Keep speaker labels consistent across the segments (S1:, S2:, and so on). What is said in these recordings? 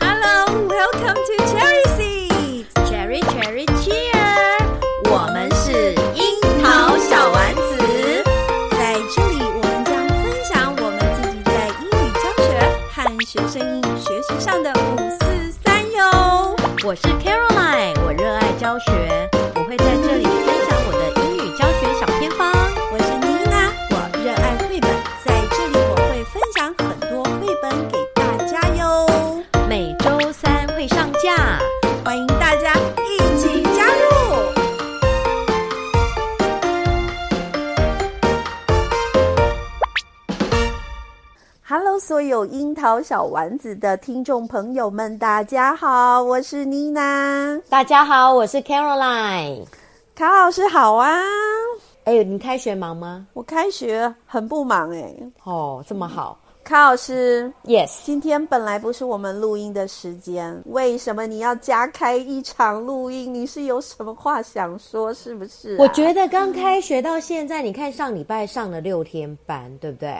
S1: Hello, welcome to Cherry Seeds. Cherry, Cherry, Cheer. 我们是樱桃小丸子，在这里我们将分享我们自己在英语教学和学生英语学习上的五四三哟。
S2: 我是 Caroline，我热爱教学，我会在这里分享我的英语教学小偏方。
S1: 我是妮娜，我热爱绘本，在这里我会分享很多绘本给大家哟。
S2: 每周三会上架。
S1: 欢迎大家一起加入。Hello，所有樱桃小丸子的听众朋友们，大家好，我是妮娜，
S2: 大家好，我是 Caroline。
S1: 卡老师好啊！
S2: 哎、你开学忙吗？
S1: 我开学很不忙哎、
S2: 哦，这么好。
S1: 卡老师，
S2: Yes，
S1: 今天本来不是我们录音的时间，为什么你要加开一场录音？你是有什么话想说是不是啊、
S2: 我觉得刚开学到现在，你看上礼拜上了六天班，对不对？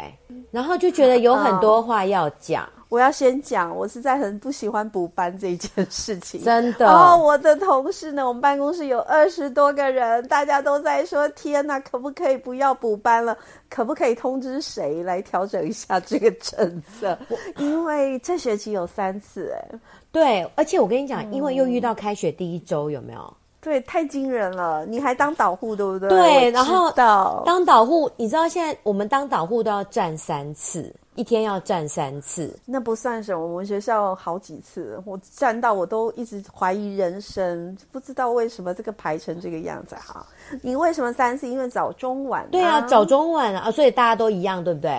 S2: 然后就觉得有很多话要讲，
S1: 我要先讲，我是在很不喜欢补班这一件事情。
S2: 真的。
S1: 然后我的同事呢，我们办公室有二十多个人，大家都在说：“天哪，可不可以不要补班了？可不可以通知谁来调整一下这个政策？”因为这学期有三次、哎，
S2: 对，而且我跟你讲，因为又遇到开学第一周，有没有？
S1: 对，太惊人了！你还当导护，对不对？我
S2: 对，
S1: 知
S2: 然后
S1: 道
S2: 当导护，你知道现在我们当导护都要站三次，一天要站三次。
S1: 那不算什么，我们学校好几次，我站到我都一直怀疑人生，不知道为什么这个排成这个样子哈。你为什么三次？因为早中晚。
S2: 对啊，早中晚啊，所以大家都一样，对不对？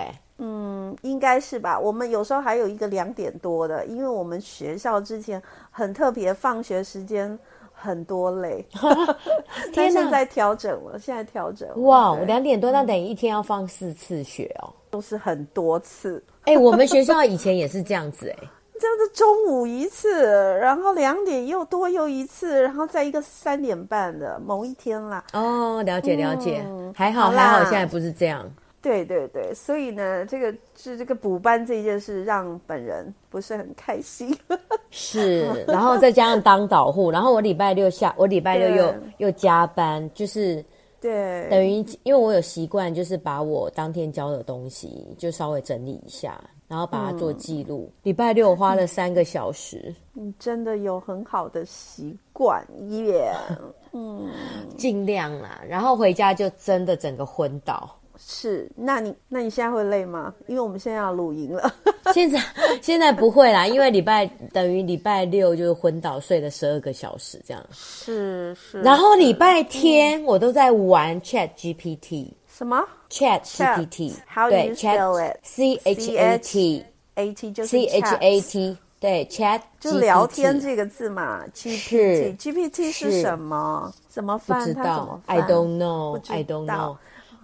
S1: 应该是吧。我们有时候还有一个两点多的，因为我们学校之前很特别，放学时间很多 类，但
S2: 天哪
S1: 现在调整了，现在调整了。
S2: 哇，
S1: 对
S2: 我两点多，那等于一天要放四次学哦。
S1: 都是很多次。
S2: 哎、我们学校以前也是这样子哎、
S1: 这样子中午一次，然后两点又多又一次，然后再一个三点半的某一天啦。
S2: 哦，了解了解，
S1: 嗯
S2: 还好
S1: 好啦
S2: 还好，现在不是这样。
S1: 对对对，所以呢，这个是这个补班这件事让本人不是很开心。
S2: 是，然后再加上当导护，然后我礼拜六下，我礼拜六又
S1: 对
S2: 又加班，就是
S1: 对，
S2: 等于因为我有习惯，就是把我当天教的东西就稍微整理一下，然后把它
S1: 嗯
S2: 做记录。礼、拜六我花了三个小时，
S1: 你真的有很好的习惯耶。
S2: 尽量啦，然后回家就真的整个昏倒。
S1: 是，那你那你现在会累吗？因为我们现在要录音了。
S2: 现在现在不会啦，因为礼拜等于礼拜六就是昏倒，睡了十二个小时这样。
S1: 是是。嗯
S2: 然后礼拜天我都在玩 Chat GPT。
S1: 什么
S2: Chat GPT，
S1: how do
S2: 对
S1: you
S2: Chat
S1: spell it？
S2: C H A T
S1: ？A T 就是
S2: C H A
S1: chat
S2: T，对 Chat
S1: 就聊天
S2: GPT
S1: 这个字嘛
S2: 是
S1: ，GPT GPT 是
S2: 是
S1: 什么？怎么
S2: 不
S1: 翻？
S2: 知
S1: 它怎么
S2: 道
S1: 翻
S2: ，I don't
S1: 不
S2: know
S1: 知
S2: I don't
S1: 道啊
S2: know，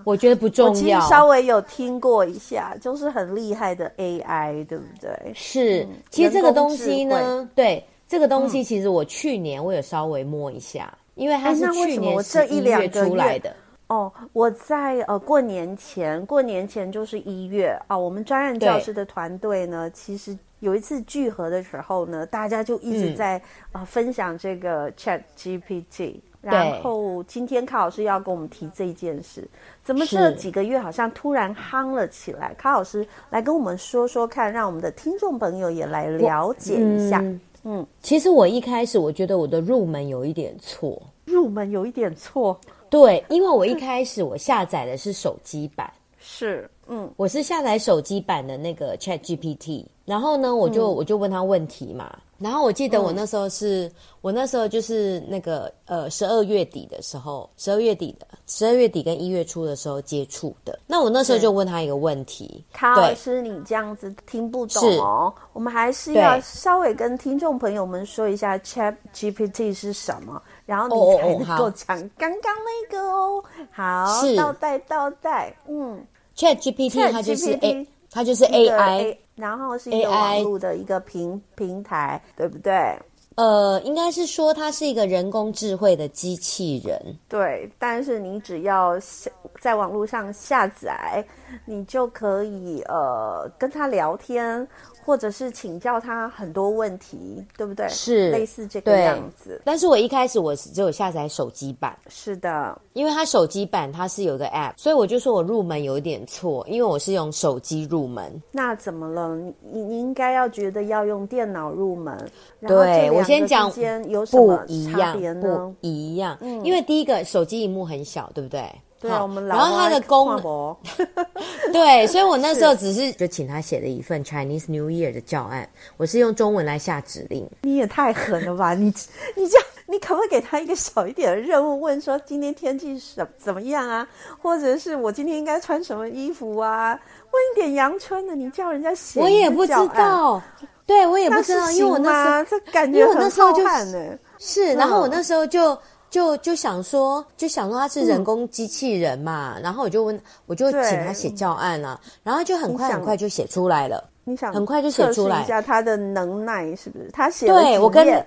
S2: 我觉得不重
S1: 其实
S2: 要。
S1: 稍微有听过一下，就是很厉害的 AI，对不对？
S2: 是，其实这个东西
S1: 嗯人
S2: 呢，对这个东西，其实我去年我有稍微摸一下，因为
S1: 嗯
S2: 它
S1: 哎
S2: 是
S1: 那为
S2: 去
S1: 什么
S2: 年
S1: 我这
S2: 十
S1: 一
S2: 一
S1: 两
S2: 月
S1: 个
S2: 出
S1: 月
S2: 来的。
S1: 哦，我在呃过年前，过年前就是一月啊、我们专任教
S2: 对
S1: 师的团队呢，其实有一次聚合的时候呢，大家就一直
S2: 嗯
S1: 在、呃分享这个 Chat GPT。然后今天卡老师要跟我们提这件事，怎么这
S2: 是
S1: 几个月好像突然夯了起来？卡老师来跟我们说说看，让我们的听众朋友也来了解一下。嗯
S2: 其实我一开始我觉得我的入门有一点错，
S1: 入门有一点错，
S2: 对，因为我一开始我下载的是手机版。
S1: 是，嗯，嗯
S2: 我是下载手机版的那个 Chat GPT，然后呢，我就、我就问他问题嘛，然后我记得我那时候是，我那时候就是那个呃十二月底的时候，十二月底的十二月底跟一月初的时候接触的。那我那时候就问他一个问题，
S1: 卡老
S2: 对
S1: 师，你这样子听不懂
S2: 是
S1: 哦。我们还是要
S2: 对
S1: 稍微跟听众朋友们说一下 Chat GPT 是什么，然后你
S2: 哦哦
S1: 才
S2: 哦
S1: 能
S2: 好
S1: 够讲刚刚那个哦。好，
S2: 是
S1: 倒带倒带，嗯
S2: ，Chat GPT 它就是
S1: ChatGPT
S2: A，它就是
S1: 一个
S2: AI，
S1: A- 然后是一个
S2: AI
S1: 网络的一个平平台，对不对？
S2: 呃，应该是说它是一个人工智慧的机器人。
S1: 对，但是你只要下在网络上下载，你就可以呃跟他聊天，或者是请教他很多问题，对不对？
S2: 是
S1: 类似这个
S2: 对
S1: 样子。
S2: 但是我一开始我只有下载手机版，
S1: 是的，
S2: 因为它手机版它是有个 App，所以我就说我入门有一点错，因为我是用手机入门。
S1: 那怎么了？你你你应该要觉得要用电脑入门，然后这
S2: 对，我
S1: 两
S2: 先
S1: 个
S2: 讲
S1: 之间有什
S2: 不
S1: 么
S2: 一
S1: 差
S2: 样
S1: 别，呢嗯
S2: 不？一样。因为第一个手机荧幕很小，对不对？
S1: 对啊，
S2: 好
S1: 我们老
S2: 然后它的功能，
S1: 能，
S2: 对，所以我那时候只是就请他写了一份 Chinese New Year 的教案，我是用中文来下指令。
S1: 你也太狠了吧！你你这样，你可不可以给他一个小一点的任务，问说今天天气什怎么样啊？或者是我今天应该穿什么衣服啊？问一点阳春的，你叫人家写，
S2: 我也不知，道，对我也不
S1: 那
S2: 知
S1: 是
S2: 道，因为我
S1: 行
S2: 那时候
S1: 吗？这感
S2: 因
S1: 觉
S2: 为我
S1: 很
S2: 那时候
S1: 浩
S2: 就是
S1: 瀚呢。
S2: 是，
S1: 嗯
S2: 然后我那时候就就就想说，就想说他
S1: 嗯
S2: 是人工机器人嘛，然后我就问，我就
S1: 对
S2: 请他写教案啊，然后就很快
S1: 你想
S2: 很快就写出来了。
S1: 你想
S2: 很快就写
S1: 测试
S2: 出来
S1: 一下他的能耐是不是？他写了
S2: 对
S1: 几
S2: 我跟
S1: 页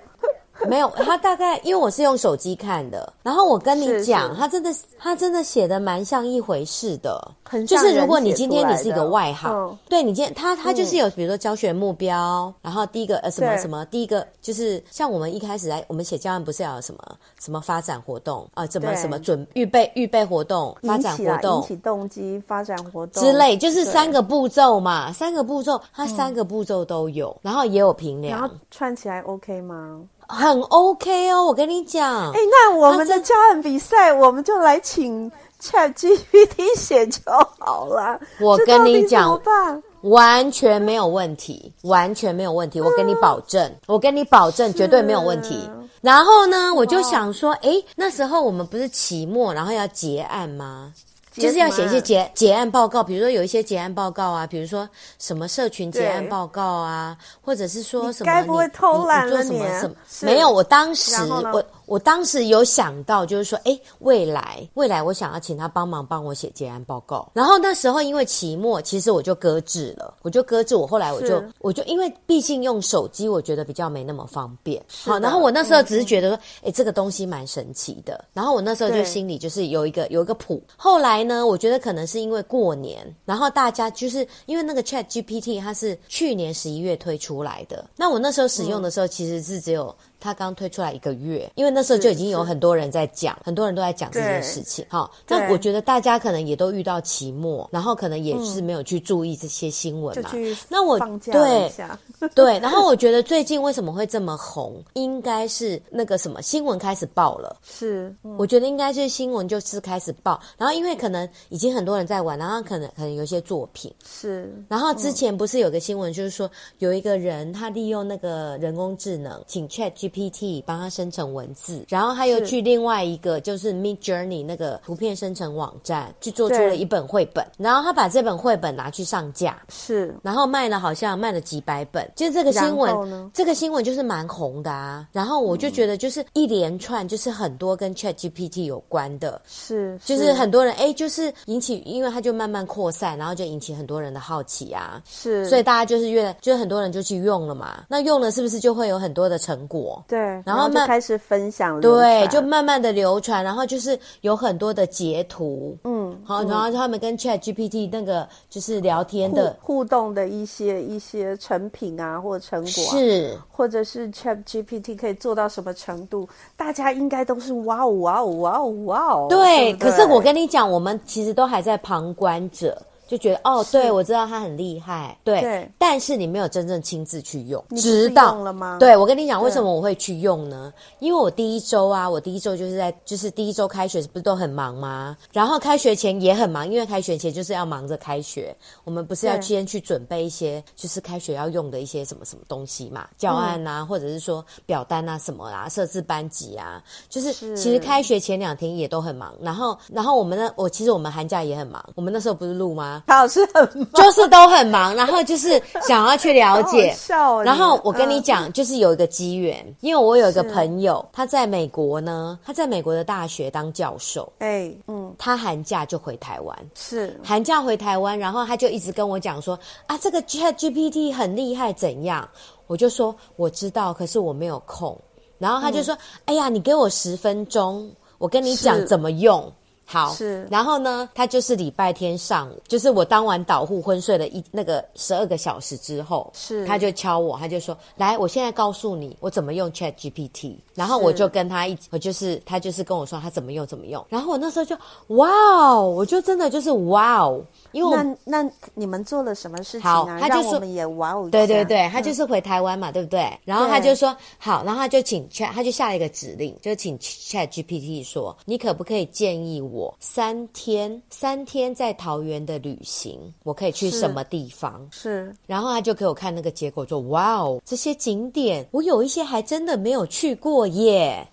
S2: 没有，他大概因为我是用手机看的，然后我跟
S1: 是
S2: 你
S1: 是
S2: 讲，他真的他真的写的蛮像一回事的，
S1: 很
S2: 就
S1: 像
S2: 是如果
S1: 人写
S2: 你今天
S1: 出来
S2: 你是一
S1: 的
S2: 个外行，
S1: 嗯
S2: 对你今天他他就是有比如说教学目标，然后第一个呃什么
S1: 对
S2: 什么，第一个就是像我们一开始来我们写教案不是要有什么什么发展活动啊、怎么
S1: 对
S2: 什么准预备预备活动发
S1: 引
S2: 展
S1: 起
S2: 活
S1: 啦引
S2: 动
S1: 起动机、发展活动
S2: 之类，就是三
S1: 对嗯
S2: 个步骤嘛，三个步骤它三个步骤都有，然后也有评
S1: 然
S2: 量
S1: 后，串起来 OK 吗？
S2: 很 OK 哦，我跟你讲，
S1: 哎、那我们
S2: 那
S1: 的
S2: 这
S1: 教案比赛，我们就来请 Chat GPT 写就好了。
S2: 我
S1: 这
S2: 跟
S1: 到底
S2: 你讲
S1: 怎么办？
S2: 完全没有问题，完全没有问
S1: 啊
S2: 题，我跟你保证，我跟你保证绝对没有问题。然后呢，我就想说，诶，那时候我们不是期末，然后要结案吗？
S1: 结
S2: 就是要
S1: 什么
S2: 写一些
S1: 案
S2: 结结案报告，比如说有一些结案报告啊，比如说什么社群结案
S1: 对
S2: 报告啊，或者是说什么
S1: 该不会偷懒
S2: 你你
S1: 了
S2: 做什
S1: 你啊
S2: 么什么？
S1: 是
S2: 没有，我当时
S1: 然后呢
S2: 我我当时有想到，就是说，哎，未来未来我想要请他帮忙帮我写结案报告。然后那时候因为期末，其实我就搁置了，我就搁置。我后来我就是我就因为毕竟用手机，我觉得比较没那么方便。
S1: 的
S2: 好，然后我那时
S1: 嗯
S2: 候只是觉得说，哎、这个东西蛮神奇的。然后我那时候就
S1: 对
S2: 心里就是有一个有一个谱。后来呢，我觉得可能是因为过年，然后大家就是因为那个 Chat GPT 它是去年十一月推出来的，那我那时候使用
S1: 嗯
S2: 的时候其实是只有它刚推出来一个月，因为那时候就已经有很多人在讲，很多人都在讲这件
S1: 对
S2: 事情。好，
S1: 对
S2: 那我觉得大家可能也都遇到期末，然后可能也
S1: 嗯
S2: 是没有去注意这些新闻
S1: 就
S2: 嘛。
S1: 去
S2: 那我
S1: 放假了一
S2: 对
S1: 下，
S2: 对，然后我觉得最近为什么会这么红，应该是那个什么新闻开始爆了。
S1: 是、嗯
S2: 我觉得应该是新闻就是开始爆，然后因为可能已经很多人在玩，然后可能可能有一些作品，
S1: 是
S2: 然后之前不是有个新闻，就是说有一个人他利用那个人工智能，请 Chat GPT 帮他生成文字，然后他又
S1: 是
S2: 去另外一个就是 Mid Journey 那个图片生成网站去做出
S1: 对
S2: 了一本绘本，然后他把这本绘本拿去上架，
S1: 是，
S2: 然后卖了好像卖了几百本，就是这个新
S1: 然后呢
S2: 闻，这个新闻就是蛮红的啊。然后我就觉得就是一连串就是很多跟 Chat GPT 有关的。
S1: 是
S2: 就是很多人哎、就是引起，因为它就慢慢扩散，然后就引起很多人的好奇啊，
S1: 是，
S2: 所以大家就是越，就是很多人就去用了嘛。那用了是不是就会有很多的成果？
S1: 对，然
S2: 后
S1: 就
S2: 慢
S1: 开始分享流
S2: 对，
S1: 传
S2: 就慢慢的流传，然后就是有很多的截图，
S1: 嗯
S2: 好，然后他们跟 Chat GPT 那个就是聊天
S1: 互
S2: 的，
S1: 互动的一些一些成品啊，或者成果、啊，
S2: 是
S1: 或者是 Chat GPT 可以做到什么程度，大家应该都是哇哦哇哦哇哦哇哦！
S2: 对，
S1: 不
S2: 可是我跟你讲，我们其实都还在旁观者。就觉得哦，对我知道他很厉害，对，
S1: 对
S2: 但是你没有真正亲自去用，
S1: 你不是
S2: 直到
S1: 用了吗
S2: 对我跟你讲，
S1: 对
S2: 为什么我会去用呢？因为我第一周啊，我第一周就是在就是第一周开学不是都很忙吗？然后开学前也很忙，因为开学前就是要忙着开学，我们不是要
S1: 对
S2: 先去准备一些就是开学要用的一些什么什么东西嘛，教案
S1: 嗯
S2: 啊，或者是说表单啊什么啦、设置班级啊，就是
S1: 是
S2: 其实开学前两天也都很忙。然后然后我们呢，我其实我们寒假也很忙，我们那时候不是 录吗？
S1: 他老师很
S2: 就是都很忙，然后就是想要去了解
S1: 好好。笑哦你
S2: 然后我跟你
S1: 嗯
S2: 讲，就是有一个机缘，因为我有一个
S1: 是
S2: 朋友，他在美国呢，他在美国的大学当教授，
S1: 哎，嗯，
S2: 他寒假就回台湾。
S1: 是
S2: 寒假回台湾，然后他就一直跟我讲说啊，这个 Chat GPT 很厉害，怎样？我就说我知道，可是我没有空。然后他就说，哎呀，你给我十分钟，我跟你讲
S1: 嗯是
S2: 怎么用。好，
S1: 是
S2: 然后呢，他就是礼拜天上午，就是我当完导护昏睡了一那个十二个小时之后，
S1: 是
S2: 他就敲我，他就说，来，我现在告诉你我怎么用 Chat GPT，然后我
S1: 是
S2: 就跟他一起，我就是他就是跟我说他怎么用怎么用，然后我那时候就哇哦，我就真的就是哇哦，因为我
S1: 那那你们做了什么事情
S2: 好
S1: 啊？
S2: 他就
S1: 让
S2: 说
S1: 我们也玩哦一下。
S2: 对对对，他就是回台湾嘛，对不对？然后他
S1: 对
S2: 就说好，然后他就请 Chat，他就下了一个指令，就请 Chat GPT 说，你可不可以建议我三天三天在桃园的旅行，我可以去
S1: 是
S2: 什么地方？
S1: 是
S2: 然后他就给我看那个结果，说哇哦，这些景点我有一些还真的没有去过 耶。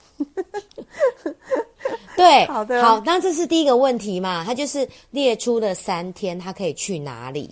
S2: 对，
S1: 好的
S2: 好，那这是第一个问题嘛，他就是列出了三天，他可以去哪里。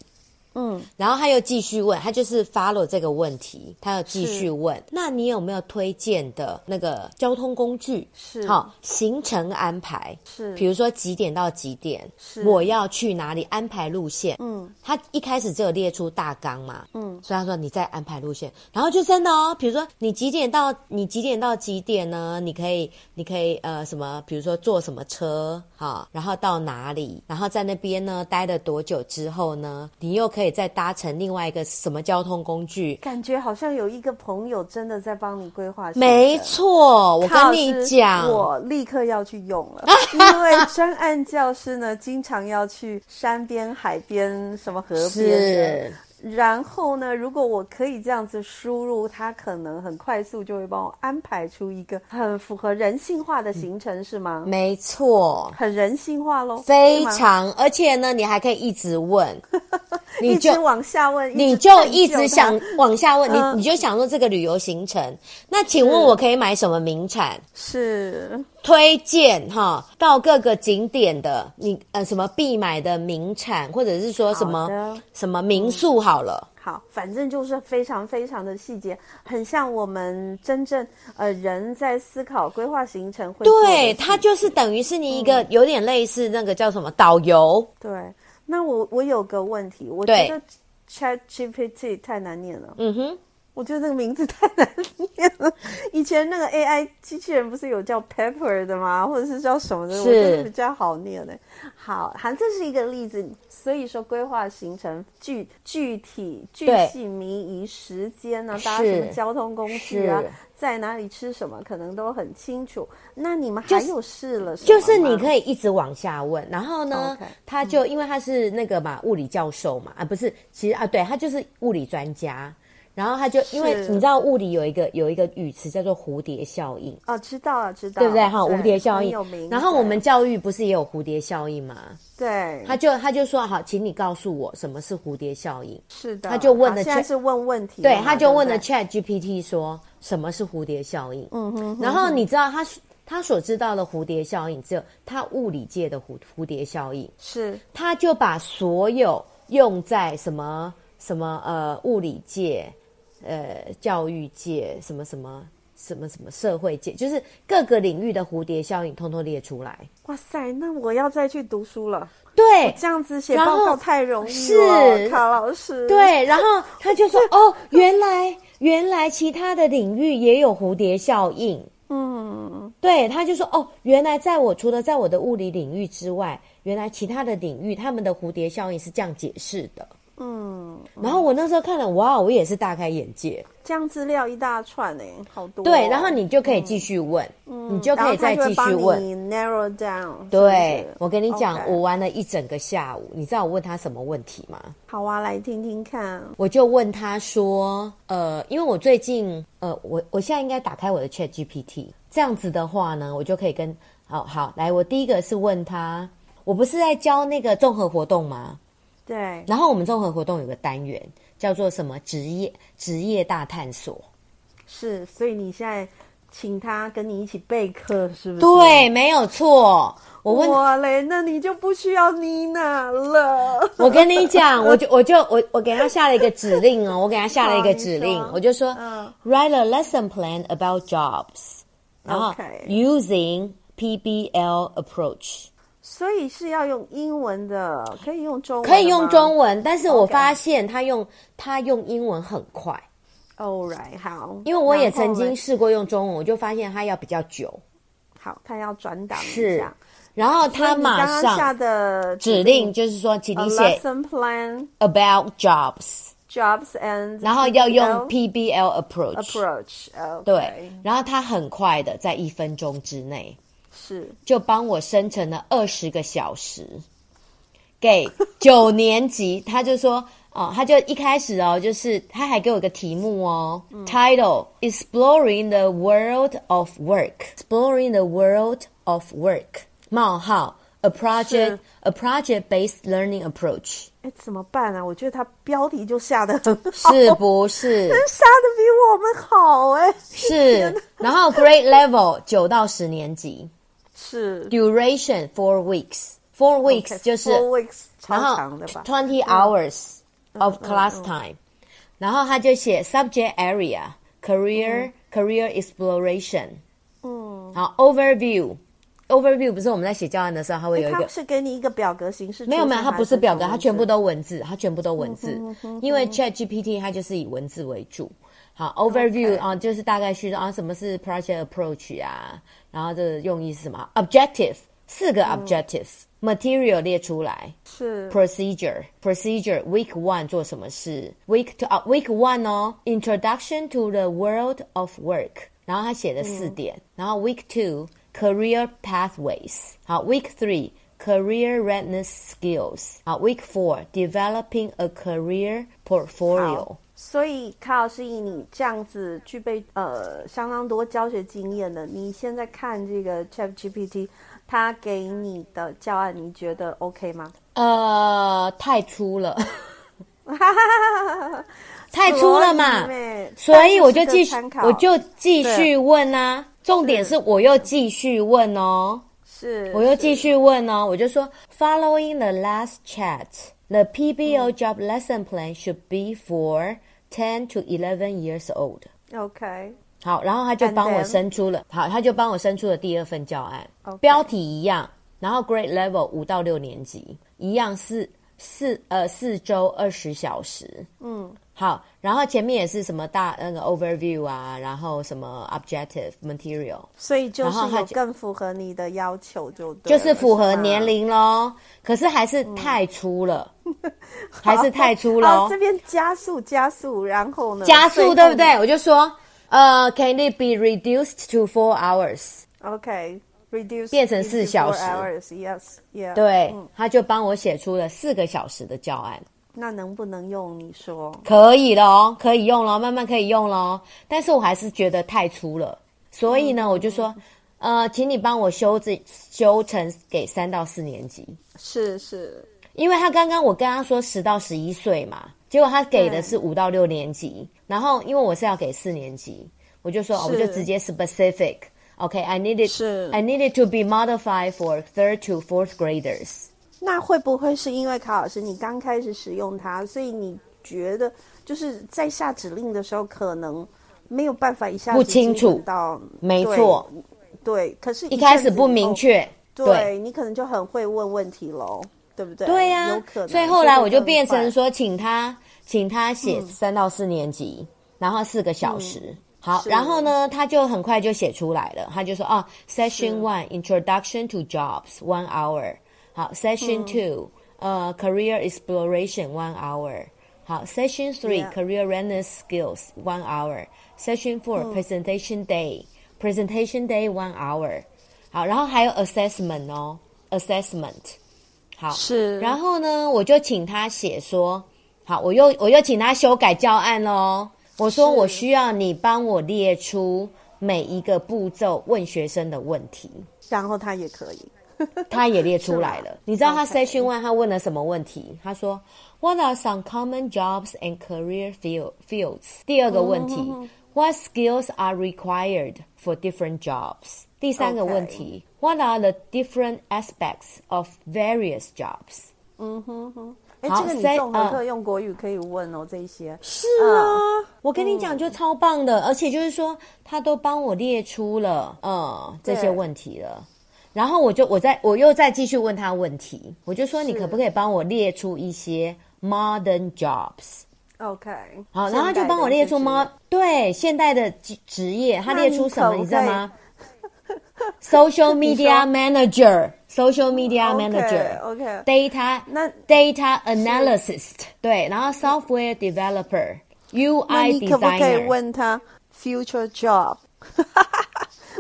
S1: 嗯，
S2: 然后他又继续问，他就是 follow 这个问题，他又继续问，那你有没有推荐的那个交通工具？
S1: 是
S2: 好、行程安排
S1: 是
S2: 比如说几点到几点
S1: 是，
S2: 我要去哪里，安排路线。
S1: 嗯，
S2: 他一开始只有列出大纲嘛，嗯，所以他说你再安排路线，然后就真的哦，比如说你几点到你几点到几点呢？你可以你可以呃什么，比如说坐什么车哈，然后到哪里，然后在那边呢待了多久之后呢，你又可以再搭乘另外一个什么交通工具。
S1: 感觉好像有一个朋友真的在帮你规划行程。
S2: 没错，我跟你
S1: 卡
S2: 讲，
S1: 老师我立刻要去用了， 因为专案教师呢，经常要去山边、海边、什么河边
S2: 是
S1: 的。然后呢，如果我可以这样子输入，他可能很快速就会帮我安排出一个很符合人性化的行程，是吗？
S2: 没错，
S1: 很人性化喽，
S2: 嗯非
S1: 是吗
S2: 常，而且呢，你还可以一 直问，你
S1: 一
S2: 就
S1: 直往下问，
S2: 你
S1: 直
S2: 就
S1: 探
S2: 一
S1: 究它
S2: 直想往下问，
S1: 嗯
S2: 你你就想说这个旅游行程，那请问
S1: 是
S2: 我可以买什么名产？
S1: 是
S2: 推荐哈到各个景点的你呃什么必买的名产，或者是说什
S1: 好的
S2: 么什么民宿好了，
S1: 好，反正就是非常非常的细节，很像我们真正呃人在思考规划行程会做的
S2: 对，
S1: 事
S2: 嗯它就是等于是你一个有点类似那个叫什么导游，
S1: 对。那我我有个问题，我觉
S2: 对
S1: 得 Chat GPT 太难念了，
S2: 嗯哼，
S1: 我觉得这个名字太难念了。以前那个 AI 机器人不是有叫 Pepper 的吗？或者是叫什么的？我觉得
S2: 是
S1: 比较好念的。好，好，这是一个例子。所以说，规划行程具具体、具
S2: 对
S1: 细、迷疑、时间呢、搭什么
S2: 是
S1: 交通工具啊
S2: 是，
S1: 在哪里吃什么，可能都很清楚。那你们
S2: 就
S1: 还
S2: 是
S1: 有试了什么
S2: 就是你
S1: 吗
S2: 可以一直往下问，然后呢
S1: 哦 OK，嗯
S2: 他就因为他是那个嘛物理教授嘛，啊不是，其实啊对他就是物理专家，然后他就是因为你知道物理有一个有一个语词叫做蝴蝶效应，
S1: 哦，知道了，知道，
S2: 对不对哈？蝴蝶效
S1: 很
S2: 应
S1: 有名。嗯
S2: 然后我们
S1: 对
S2: 教育不是也有蝴蝶效应吗？
S1: 对，
S2: 他就他就说好，请你告诉我什么是蝴蝶效应。
S1: 是的，
S2: 他就问了
S1: 好现在
S2: Chat-
S1: 是问问题了嘛，
S2: 对，他就问了
S1: 啊对不对
S2: Chat GPT 说什么是蝴蝶效应。
S1: 嗯哼，
S2: 然后你知道他他所知道的蝴蝶效应，只有他物理界的蝴蝴蝶效应。
S1: 是
S2: 他就把所有用在什么什么呃物理界、呃教育界、什么什么什么什么社会界，就是各个领域的蝴蝶效应，通通列出来。
S1: 哇塞，那我要再去读书了。
S2: 对
S1: 这样子写
S2: 然
S1: 报
S2: 后
S1: 告太容易了，
S2: 是
S1: 卡老师。，
S2: 对， 然后他就说：“哦，原来原来其他的领域也有蝴蝶效应。”
S1: 嗯，
S2: 对，他就说哦，原来在我除了在我的物理领域之外，原来其他的领域他们的蝴蝶效应是这样解释的。嗯，然后我那时候看了，哇，我也是大开眼界。
S1: 这样资料一大串呢、好多哦、嗯
S2: 对，嗯然后你就可以继续问，你就可以再继续问。
S1: narrow down 是不是。
S2: 对，我跟你讲
S1: OK
S2: 我玩了一整个下午，你知道我问他什么问题吗？
S1: 好啊，来听听看。
S2: 我就问他说，呃，因为我最近，呃，我我现在应该打开我的 Chat GPT，这样子的话呢，我就可以跟，呃好好来，我第一个是问他，我不是在教那个综合活动吗？
S1: 对，
S2: 然后我们综合活动有个单元叫做什么职业职业大探索，
S1: 是，所以你现在请他跟你一起备课，是不是？
S2: 对，没有错。我问
S1: 哇嘞，那你就不需要妮娜了。
S2: 我跟你讲，我就我就我我给他下了一个指令哦，我给他下了一
S1: 好
S2: 个
S1: 你
S2: 指令
S1: 说，
S2: 我就说、
S1: 嗯
S2: write a lesson plan about jobs，然后
S1: OK
S2: using PBL approach，
S1: 所以是要用英文的，可以用中文的吗，
S2: 可以用中文，但是我
S1: OK
S2: 发现他用他用英文很快，
S1: All right，好，
S2: 因为我也
S1: 然后
S2: 曾经
S1: 嘞
S2: 试过用中文，我就发现他要比较久，
S1: 好，他要转档一
S2: 是
S1: 下，
S2: 然后他
S1: 你
S2: 马
S1: 刚刚下
S2: 上
S1: 的
S2: 指令就是说，请
S1: ，a
S2: 你写
S1: lesson plan
S2: about jobs，
S1: jobs and，
S2: 然后要用
S1: PBL
S2: PBL approach。
S1: approach，呃，
S2: 对，然后他很快的在一分钟之内
S1: 是
S2: 就帮我生成了二十个小时，给九年级。他就说，哦，他就一开始哦，就是他还给我一个题目哦、t i t l e Exploring the World of Work，Exploring the World of Work，冒号 A Project
S1: 是
S2: A Project Based Learning Approach，
S1: 哎，怎么办啊？我觉得他标题就 下的很好，
S2: 是不是？
S1: 下的比我们好哎，
S2: 是。然后 Grade Level 九到十年级。
S1: 是
S2: duration four weeks。Four weeks
S1: OK，
S2: 就是
S1: four weeks
S2: 然
S1: 超
S2: 后
S1: 长的吧？
S2: twenty hours of class time，、然后他就写 subject area career、career exploration，
S1: 嗯，
S2: 然后 overview overview 不是我们在写教案的时候，它会有一
S1: 他
S2: 个
S1: 是给你一个表格形式出现嗯
S2: 没
S1: 还中文字，
S2: 有没有，它不是表格，它全部都文字，它全部都文字，因为 Chat GPT 它就是以文字为主。好，overview 啊，就是大概叙述啊，什么是 project approach 啊，然后这个用意是什么？objective 四个
S1: 嗯
S2: objective，material 列出来
S1: 是
S2: ，procedure procedure week one 做什么事，week two 啊 week one 哦，introduction to the world of work，然后他写了四点，然后 week two career pathways，好 week three career readiness skills，好 week four developing a career portfolio
S1: 好。所以，卡老师以你这样子具备呃相当多教学经验的，你现在看这个 Chat GPT，它给你的教案，你觉得 OK 吗？
S2: 呃，太 粗了，太粗了嘛
S1: 所以，妹
S2: 所以我就
S1: 但是
S2: 继
S1: 是
S2: 续
S1: 个参，考
S2: 我就继续问啊。重点是，我又继续问哦。
S1: 是
S2: 我又继续问哦，我就说，Following the last chat, the PBL
S1: Mm.
S2: job lesson plan should be for ten to eleven years old。
S1: 是 OK
S2: 好，然后他就
S1: And
S2: 帮我
S1: then？
S2: 生出了，好，他就帮我生出了第二份教案
S1: OK
S2: 标题一样，然后 grade level 五到六年级一样是四呃四周二十小时，嗯，好，然后前面也是什么大那个 overview 啊，然后什么 objective material，
S1: 所以就
S2: 然后
S1: 是
S2: 它
S1: 有
S2: 就
S1: 更符合你的要求就对
S2: 就
S1: 了，
S2: 是符合
S1: 吧
S2: 年。龄喽，可是还是太粗了，还是太粗
S1: 嗯好，
S2: 喽
S1: 这，边加速加速，然后呢？
S2: 加速对
S1: 最
S2: 不对？我就说，呃，Can it be reduced to four hours？
S1: 后？OK。Reduce
S2: 变成四
S1: into
S2: 小
S1: four
S2: 时
S1: hours, yes, yeah.
S2: 对
S1: 嗯，
S2: 他就帮我写出了四个小时的教案，
S1: 那能不能用？你说
S2: 可以了哦，可以用了，慢慢可以用了哦。但是我还是觉得太粗了，所以呢，我就说，呃，请你帮我修这修成给三到四年级，
S1: 是是，
S2: 因为他刚刚我跟他说十到十一岁嘛，结果他给的
S1: 对
S2: 是五到六年级，然后因为我是要给四年级，我就说，哦我们
S1: 是
S2: 就直接 specific。OK，I、needed
S1: 是
S2: I needed to be modified for third to fourth graders。
S1: 那会不会是因为卡老师你刚开始使用它，所以你觉得就是在下指令的时候可能没有办法一下子
S2: 不清楚
S1: 精准到，
S2: 没错，
S1: 对，对。可是
S2: 一
S1: 一
S2: 开
S1: 阵
S2: 始
S1: 子
S2: 不
S1: 以
S2: 明
S1: 后，
S2: 确，
S1: 对你可能就很会问问题喽，对不对？
S2: 对呀、
S1: 有可能。
S2: 所以后来我就
S1: 更
S2: 变成
S1: 快，嗯
S2: 说，请他请他写三到四年级，然后四个小时。好，
S1: 是
S2: 然后呢，他就很快就写出来了。他就说啊，Session
S1: 嗯
S2: One Introduction to Jobs One Hour，好，Session Two、呃 Career Exploration one hour，好 Session three
S1: Yeah.
S2: Career Readiness Skills one hour，Session four
S1: 嗯
S2: Presentation day，Presentation day one hour，好，然后还有 Assessment 哦，Assessment，好
S1: 是
S2: 然后呢，我就请他写说，好，我又我又请他修改教案喽。我说
S1: 是
S2: 我需要你帮我列出每一个步骤问学生的问题。
S1: 然后他也可以，
S2: 他也列出来
S1: 哦是
S2: 了。你知道他
S1: OK
S2: session one 他问了什么问题？他说，What are some common jobs and career field fields？第二个问
S1: 哦
S2: 题、w h a t skills are required for different jobs？第三个
S1: OK
S2: 问题 w h a t are the different aspects of various jobs？
S1: 嗯哼哼。哎，
S2: 好
S1: 这个你
S2: 塞
S1: 综合
S2: 呃
S1: 课用国语可以问哦，这一些
S2: 是啊，我跟你
S1: 嗯
S2: 讲就超棒的，而且就是说他都帮我列出了呃这
S1: 对
S2: 些问题了。然后我就我再我又再继续问他问题，我就说你可不可以帮我列出一些 modern jobs？
S1: 嗯 OK。
S2: 好，
S1: 现
S2: 然后他就
S1: 代
S2: 帮
S1: 的
S2: 我
S1: 一
S2: 列
S1: 些
S2: 出
S1: 职
S2: mo
S1: 业
S2: 对现代的职职业，他
S1: 那
S2: 列
S1: 你
S2: 出什
S1: 可
S2: 么
S1: 不
S2: 你知道
S1: 可以
S2: 吗？Social
S1: 你
S2: media manager，social media
S1: OK
S2: manager，
S1: OK。
S2: data
S1: 那
S2: data analyst 对，然后 software developer
S1: 那
S2: UI
S1: 你可不可以
S2: designer
S1: 问他 future job？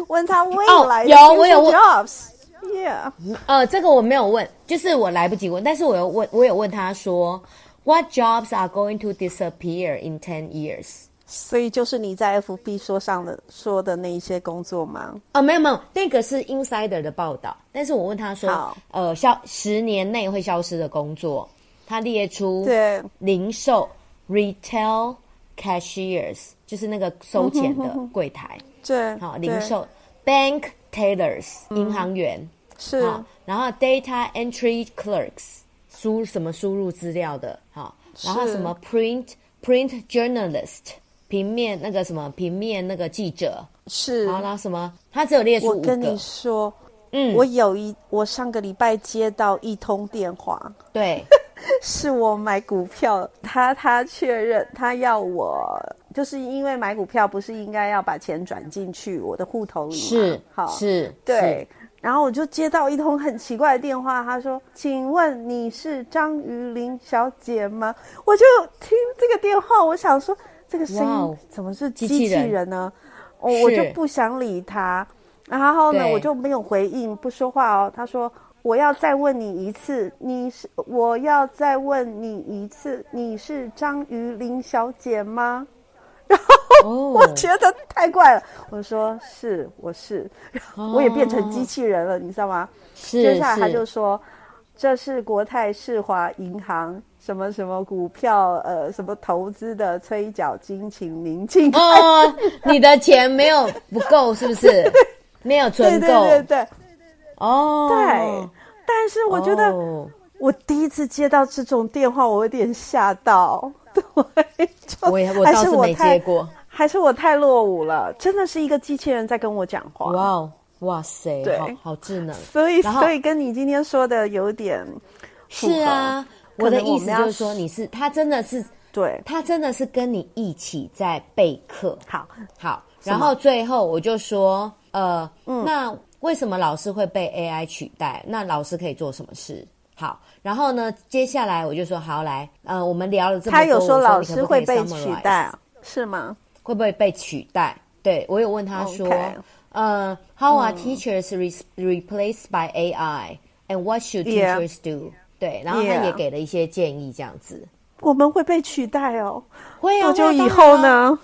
S1: 问他未
S2: 哦
S1: 来的
S2: 有我有
S1: future
S2: 问
S1: jobs。Yeah，
S2: 呃，这个我没有问，就是我来不及问，但是我有问，我有问他说，What jobs are going to disappear in ten years？
S1: 所以就是你在 FB 说上的说的那一些工作吗？
S2: 哦，没有没有，那个是 Insider 的报道，但是我问他说
S1: 好，
S2: 呃，消十年内会消失的工作，他列出
S1: 对
S2: 零售 retail cashiers，就是那个收钱
S1: 嗯
S2: 的柜台，
S1: 对，
S2: 好，
S1: 对嗯
S2: 零售 bank tellers 银行员，
S1: 是
S2: 好，然后 data entry clerks 输什么输入资料的，好，然后
S1: 是
S2: 什么 print print journalist 平面那个什么平面那个记者，
S1: 是。
S2: 好，然后什么，他只有列出
S1: 我
S2: 五
S1: 跟你
S2: 个，
S1: 说，
S2: 嗯
S1: 我有一我上个礼拜接到一通电话，
S2: 对，
S1: 是我买股票，他他确认他要我，就是因为买股票不是应该要把钱转进去我的户头里吗？
S2: 是
S1: 好
S2: 是，
S1: 对。然后我就接到一通很奇怪的电话，他说：“请问你是张鱼玲小姐吗？”我就听这个电话，我想说这个声
S2: 哇哦
S1: 音怎么是机
S2: 器
S1: 器
S2: 人
S1: 人呢？哦，我就是不想理他。然后呢，
S2: 对
S1: 我就没有回应，不说话哦。他说：“我要再问你一次，你是我要再问你一次，你是张鱼玲小姐吗？”
S2: 是，哦，
S1: 我觉得太怪了。我说是，我是，然后我也变成机器人了，你知道吗？接
S2: 哦是，
S1: 下来他就是说，这是国泰世华银行什么什么股票，呃，什么投资的催缴金，请您尽快。
S2: 哦，你的钱没有不够，是不是？没 有
S1: 对
S2: 存
S1: 对
S2: 够，
S1: 对对
S2: 哦，
S1: 对，但是我觉得
S2: 哦
S1: 我第一次接到这种电话，我有点吓到。 对，就
S2: 我也我
S1: 还
S2: 倒
S1: 是
S2: 是
S1: 我
S2: 没
S1: 太
S2: 接过，
S1: 还是我太落伍了，真的是一个机器人在跟我讲话。
S2: 哇哦，哇塞，
S1: 对
S2: 好好智能，
S1: 所以，
S2: 然后
S1: 所以跟你今天说的有点符合
S2: 是啊，我
S1: 可能
S2: 的
S1: 我
S2: 意思
S1: 们要
S2: 就是说，你是他真的是
S1: 对。
S2: 他真的是跟你一起在备课，
S1: 好，
S2: 好，然后最后我就说，呃，
S1: 嗯
S2: 那为什么老师会被 AI 取代？那老师可以做什么事？好，然后呢，接下来我就说，好来，呃，我们聊了这么多，
S1: 他有
S2: 我说
S1: 说老
S2: 你可
S1: 师
S2: 不可
S1: 会
S2: 以
S1: 被
S2: summarize？
S1: 取代，啊，是吗？
S2: 会不会被取代？对我有问他说
S1: OK Hmm
S2: 呃，How are teachers re- replaced by AI and what should
S1: Yeah
S2: teachers do？、对，然后他
S1: Yeah
S2: 也给了一些建议，这样子。
S1: 我们会被取代哦，
S2: 会啊，
S1: 多久
S2: 会啊
S1: 以后？
S2: 当然啊
S1: 呢？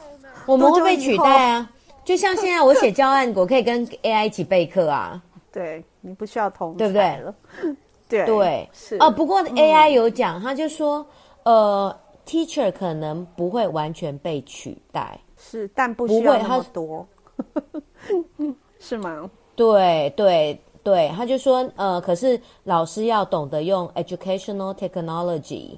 S2: 我们
S1: 多
S2: 会
S1: 久
S2: 被
S1: 以
S2: 取
S1: 后
S2: 代啊！就像现在我写教案，我可以跟 AI 一起备课啊。
S1: 对你不需要同
S2: 对不对
S1: 才了？对
S2: 对，
S1: 哎是嗯
S2: 哦。不过 AI 有讲，他就说，呃，teacher 可能不会完全被取代，
S1: 是，但不
S2: 不
S1: 需要
S2: 会
S1: 那
S2: 他
S1: 么多， 是吗？
S2: 对对对，他就说，呃，可是老师要懂得用 educational technology，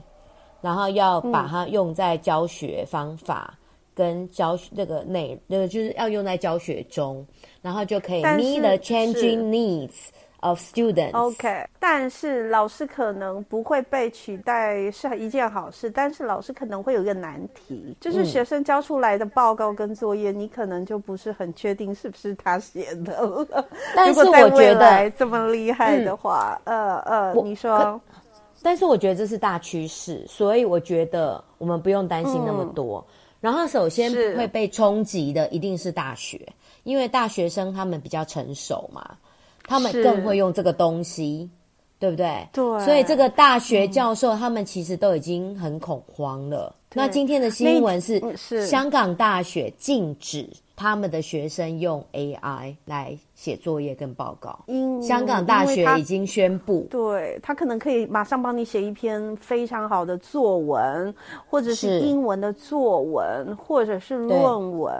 S2: 然后要
S1: 嗯
S2: 把它用在教学方法跟教学这个内，那个就是要用在教学中，然后就可以
S1: 但
S2: meet
S1: 是
S2: the
S1: 是
S2: changing needs of students。
S1: OK，但是老师可能不会被取代是一件好事，但是老师可能会有一个难题，
S2: 嗯
S1: 就是学生交出来的报告跟作业，你可能就不是很确定是不是他写 的了。
S2: 但是
S1: 如果在
S2: 我觉
S1: 未
S2: 得嗯
S1: 来这么厉害的话，呃呃，
S2: 我
S1: 你说
S2: 但是我觉得这是大趋势，所以我觉得我们不用担心那么多。然后，首先
S1: 嗯是
S2: 会被冲击的一定是大学，因为大学生他们比较成熟嘛，他们
S1: 是
S2: 更会用这个东西，对不对？
S1: 对
S2: 所以这个大学教授他们其实都已经很恐慌了。那今天的新闻是
S1: 嗯那一嗯，是
S2: 香港大学禁止他们的学生用 AI 来写作业跟报告。
S1: 因
S2: 香港
S1: 嗯
S2: 大
S1: 因为他
S2: 学已经宣布，
S1: 对他可能可以马上帮你写一篇非常好的作文，或者是
S2: 是
S1: 英文的作文，或者是论文，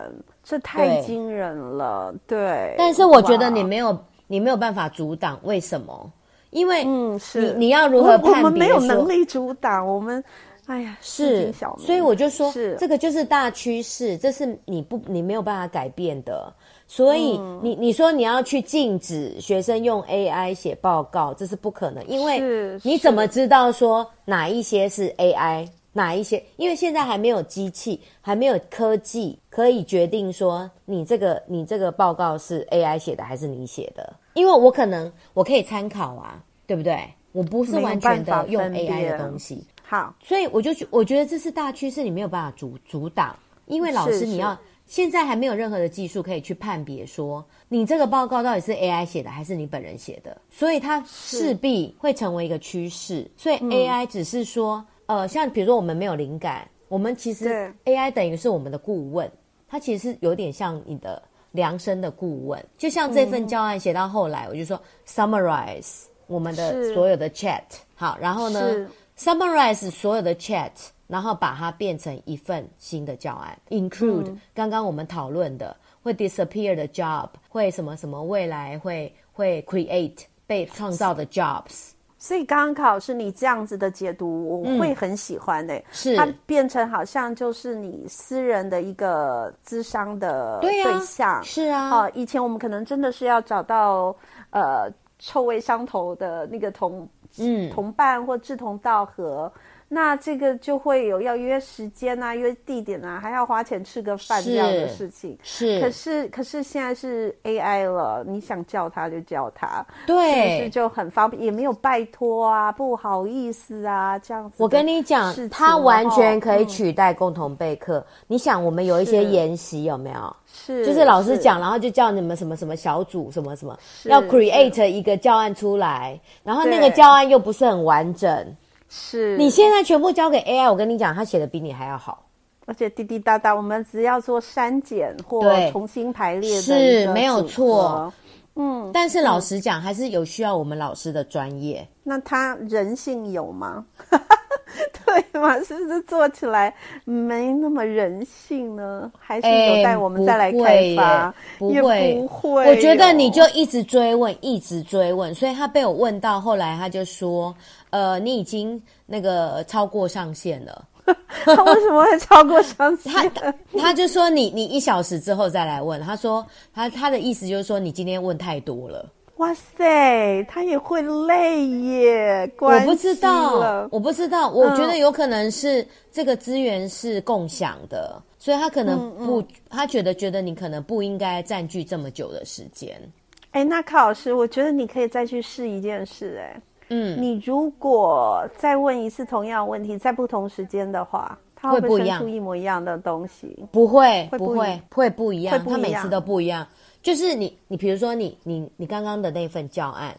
S1: 这太
S2: 对
S1: 惊人了。对，
S2: 但是我觉
S1: 哇
S2: 得你没有，你没有办法阻挡，为什么？因为
S1: 嗯，是
S2: 你你要如
S1: 我
S2: 何
S1: 我
S2: 判别
S1: 们没有
S2: 说
S1: 能力阻挡，我们，哎呀，市井
S2: 是，
S1: 小民
S2: 所以我就说
S1: 是，
S2: 这个就是大趋势，这是你不你没有办法改变的。所以
S1: 嗯
S2: 你你说你要去禁止学生用 AI 写报告，这是不可能，因
S1: 是
S2: 为
S1: 是
S2: 你怎么知道说哪一些是 AI，哪一些？因为现在还没有机器，还没有科技可以决定说你这个你这个报告是 AI 写的还是你写的，因为我可能我可以参考啊，对不对？我不是
S1: 没有
S2: 完
S1: 办
S2: 全
S1: 法
S2: 的用
S1: 分
S2: AI
S1: 辨
S2: 的东西，
S1: 好，
S2: 所以我就觉，我觉得这是大趋势，你没有办法阻阻挡，因为老
S1: 是
S2: 师你要现在还没有任何的技术可以去判别说你这个报告到底是 AI 写的还是你本人写的，所以它势必会成为一个趋势。所
S1: 嗯
S2: 以 AI 只是说，呃，像比如说我们没有灵感，我们其实 AI 等于是我们的顾问，它其实是有点像你的量身的顾问。就像这
S1: 嗯
S2: 份教案写到后来，我就说 summarize 我们
S1: 是
S2: 的所有的 chat，好，然后呢
S1: 是
S2: summarize 所有的 chat，然后把它变成一份新的教案，include、
S1: 嗯
S2: 刚刚我们讨论的会 disappear 的 job，会什么什么未来会会 create 被创造的 jobs，
S1: 所以刚刚考试你这样子的解读，我会很喜欢的、
S2: 嗯是
S1: 它变成好像就是你私人的一个智商的
S2: 对呀、
S1: 象，
S2: 是啊，
S1: 哦，以前我们可能真的是要找到呃臭味相投的那个同
S2: 嗯
S1: 同伴或志同道合，那这个就会有要约时间啊、约地点啊，还要花钱吃个饭这样的
S2: 是
S1: 事情。可
S2: 是，
S1: 是，可是现在是 AI 了，你想叫他就叫他，
S2: 对，
S1: 是不是就很方便，也没有拜托啊、不好意思啊这样子的。
S2: 我跟你讲
S1: 事情，
S2: 它完全可以
S1: 哦嗯
S2: 取代共同备课。你想，我们有一些
S1: 是
S2: 研习有没有？
S1: 是
S2: 就是老师讲，然后就叫你们什么什么小组，什么什么，
S1: 是
S2: 要
S1: 是
S2: create 一个教案出来，然后那个
S1: 对
S2: 教案又不是很完整。
S1: 是
S2: 你现在全部交给 AI，我跟你讲，他写的比你还要好。
S1: 而且滴滴答答，我们只要做删减或
S2: 对
S1: 重新排列的
S2: 是
S1: 一个
S2: 没有
S1: 组合
S2: 错。
S1: 嗯
S2: 但是老实讲，还是有需要我们老师的专业。
S1: 那它人性有吗？ 对吗？是不是做起来没那么人性呢？还嗯是有待我们再来开发？
S2: 哎不
S1: 也
S2: 会耶，
S1: 不
S2: 不
S1: 会哦
S2: 我觉得你
S1: 哟
S2: 就一直追问，一直追问，所以他被我问到后来，他就说：“呃，你已经那个超过上限了。
S1: 它为什么会超过上限？
S2: 他”他他就说你你一小时之后再来问。他说他他的意思就是说你今天问太多了。
S1: 哇塞，它也会累耶！
S2: 我
S1: 关
S2: 不知
S1: 机
S2: 道
S1: 了，
S2: 我不知道，我
S1: 嗯
S2: 觉得有可能是这个资源是共享的，所以他可
S1: 嗯
S2: 能不，他觉得觉得你可能不应该占据这么久的时间。
S1: 哎，那卡老师，我觉得你可以再去试一件事，哎，
S2: 嗯，
S1: 你如果再问一次同样的问题，在不同时间的话，它会
S2: 会
S1: 不
S2: 不
S1: 会
S2: 一
S1: 生
S2: 样
S1: 出一模一样的东西？
S2: 不会，
S1: 会
S2: 不
S1: 不一
S2: 会，会不一
S1: 会
S2: 样。
S1: 不
S2: 他
S1: 一
S2: 每
S1: 样
S2: 次都不一样。就是你，你比如说你，你，你刚刚的那份教案，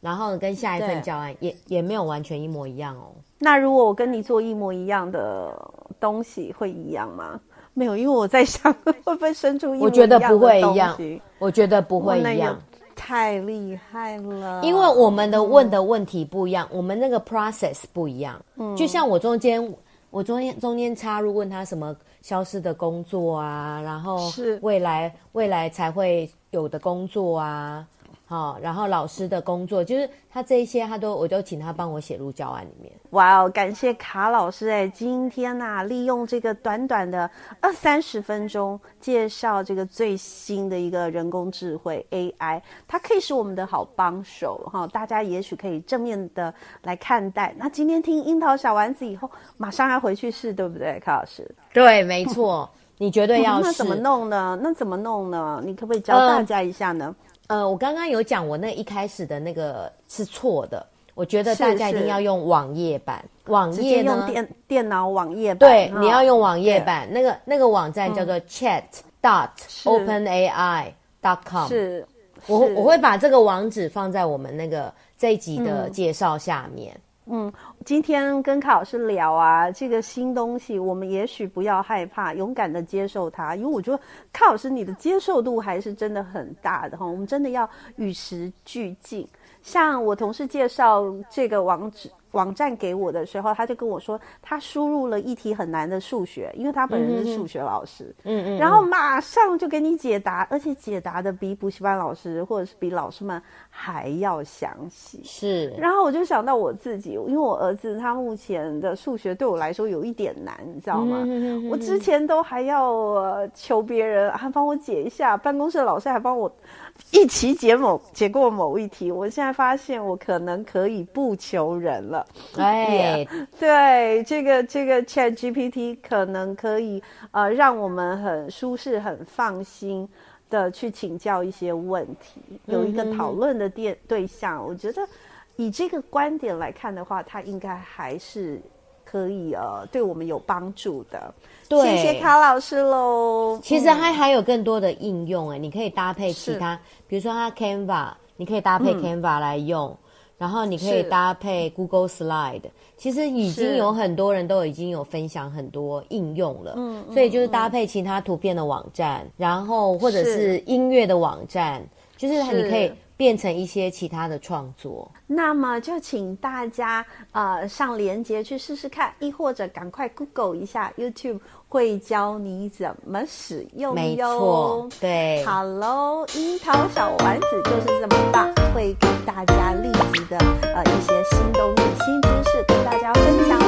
S2: 然后跟下一
S1: 对
S2: 份教案也也没有完全一模一样哦。
S1: 那如果我跟你做一模一样的东西，会一样吗？没有，因为我在想 会不会生出一模
S2: 我觉得
S1: 一样的
S2: 不会
S1: 东
S2: 一样
S1: 西，
S2: 我觉得不会
S1: 哇那
S2: 一
S1: 也
S2: 样，
S1: 太厉害了。
S2: 因为我们的问的问题不一样，我们那个 process 不一样。嗯，就像我中间，我中间中间插入问他什么消失的工作啊，然后
S1: 是
S2: 未来未来才会有的工作啊，好、然后老师的工作，就是他这一些他都我都请他帮我写入教案里面。
S1: 哇哦，感谢卡老师哎，今天呐、利用这个短短的二三十分钟，介绍这个最新的一个人工智慧 AI，它可以是我们的好帮手哈、大家也许可以正面的来看待。那今天听樱桃小丸子以后，马上要回去试，对不对，卡老师？
S2: 对，没错， 你绝对要
S1: 那
S2: 哎是
S1: 怎么弄呢？那怎么弄呢？你可不可以教大家一下呢？
S2: 呃，我刚刚有讲，我那一开始的那个是错的，我觉得
S1: 是
S2: 大家一
S1: 是
S2: 定要用网页版。网
S1: 直
S2: 页
S1: 接
S2: 呃呢
S1: 用，电电脑网啊页版，
S2: 对，
S1: 哈
S2: 你要用网页版，那个那个网站叫做 chat dot
S1: 是
S2: openai dot com。
S1: 是，
S2: 我
S1: 是
S2: 我会把这个网址放在我们那个这一集
S1: 嗯
S2: 的介绍下面。
S1: 今天跟卡老师聊啊，这个新东西，我们也许不要害怕，勇敢的接受它，因为我觉得卡老师你的接受度还是真的很大的哈，我们真的要与时俱进。像我同事介绍这个网址网站给我的时候，他就跟我说，他输入了一题很难的数学，因为他本人是数学老师，
S2: 嗯嗯，
S1: 然后马上就给你解答，而且解答的比补习班老师或者是比老师们还要详细。
S2: 是，
S1: 然后我就想到我自己，因为我儿子他目前的数学对我来说有一点难，你知道吗？
S2: 嗯
S1: 我之前都还要、呃求别人，还帮我解一下，办公室的老师还帮我一起解某解过某一题。我现在发现我可能可以不求人了。
S2: 哎，
S1: 啊对，这个这个 Chat GPT 可能可以呃让我们很舒适、很放心的去请教一些问题，有一个
S2: 嗯
S1: 讨论的电对象。我觉得以这个观点来看的话，它应该还是可以呃对我们有帮助的。
S2: 对
S1: 谢谢卡老师喽。
S2: 其实
S1: 嗯
S2: 它还有更多的应用哎、你可以搭配其
S1: 是嗯
S2: 他，比如说它 Canva，你可以搭配 Canva 来用，然后你可
S1: 是
S2: 以搭配 Google Slide。其实已经
S1: 是
S2: 有很多人都已经有分享很多应用了，
S1: 嗯
S2: 所以就是搭配其他图片的网站，然后或者是
S1: 是
S2: 音乐的网站，就是
S1: 是
S2: 你可以变成一些其他的创作。
S1: 那么就请大家呃上链接去试试看，亦或者赶快 Google 一下 YouTube 会教你怎么使用哟。
S2: 没错，对，
S1: 哦好喽，樱桃小丸子就是这么棒，会给大家立即的呃一些新东西、新知识跟大家分享哦。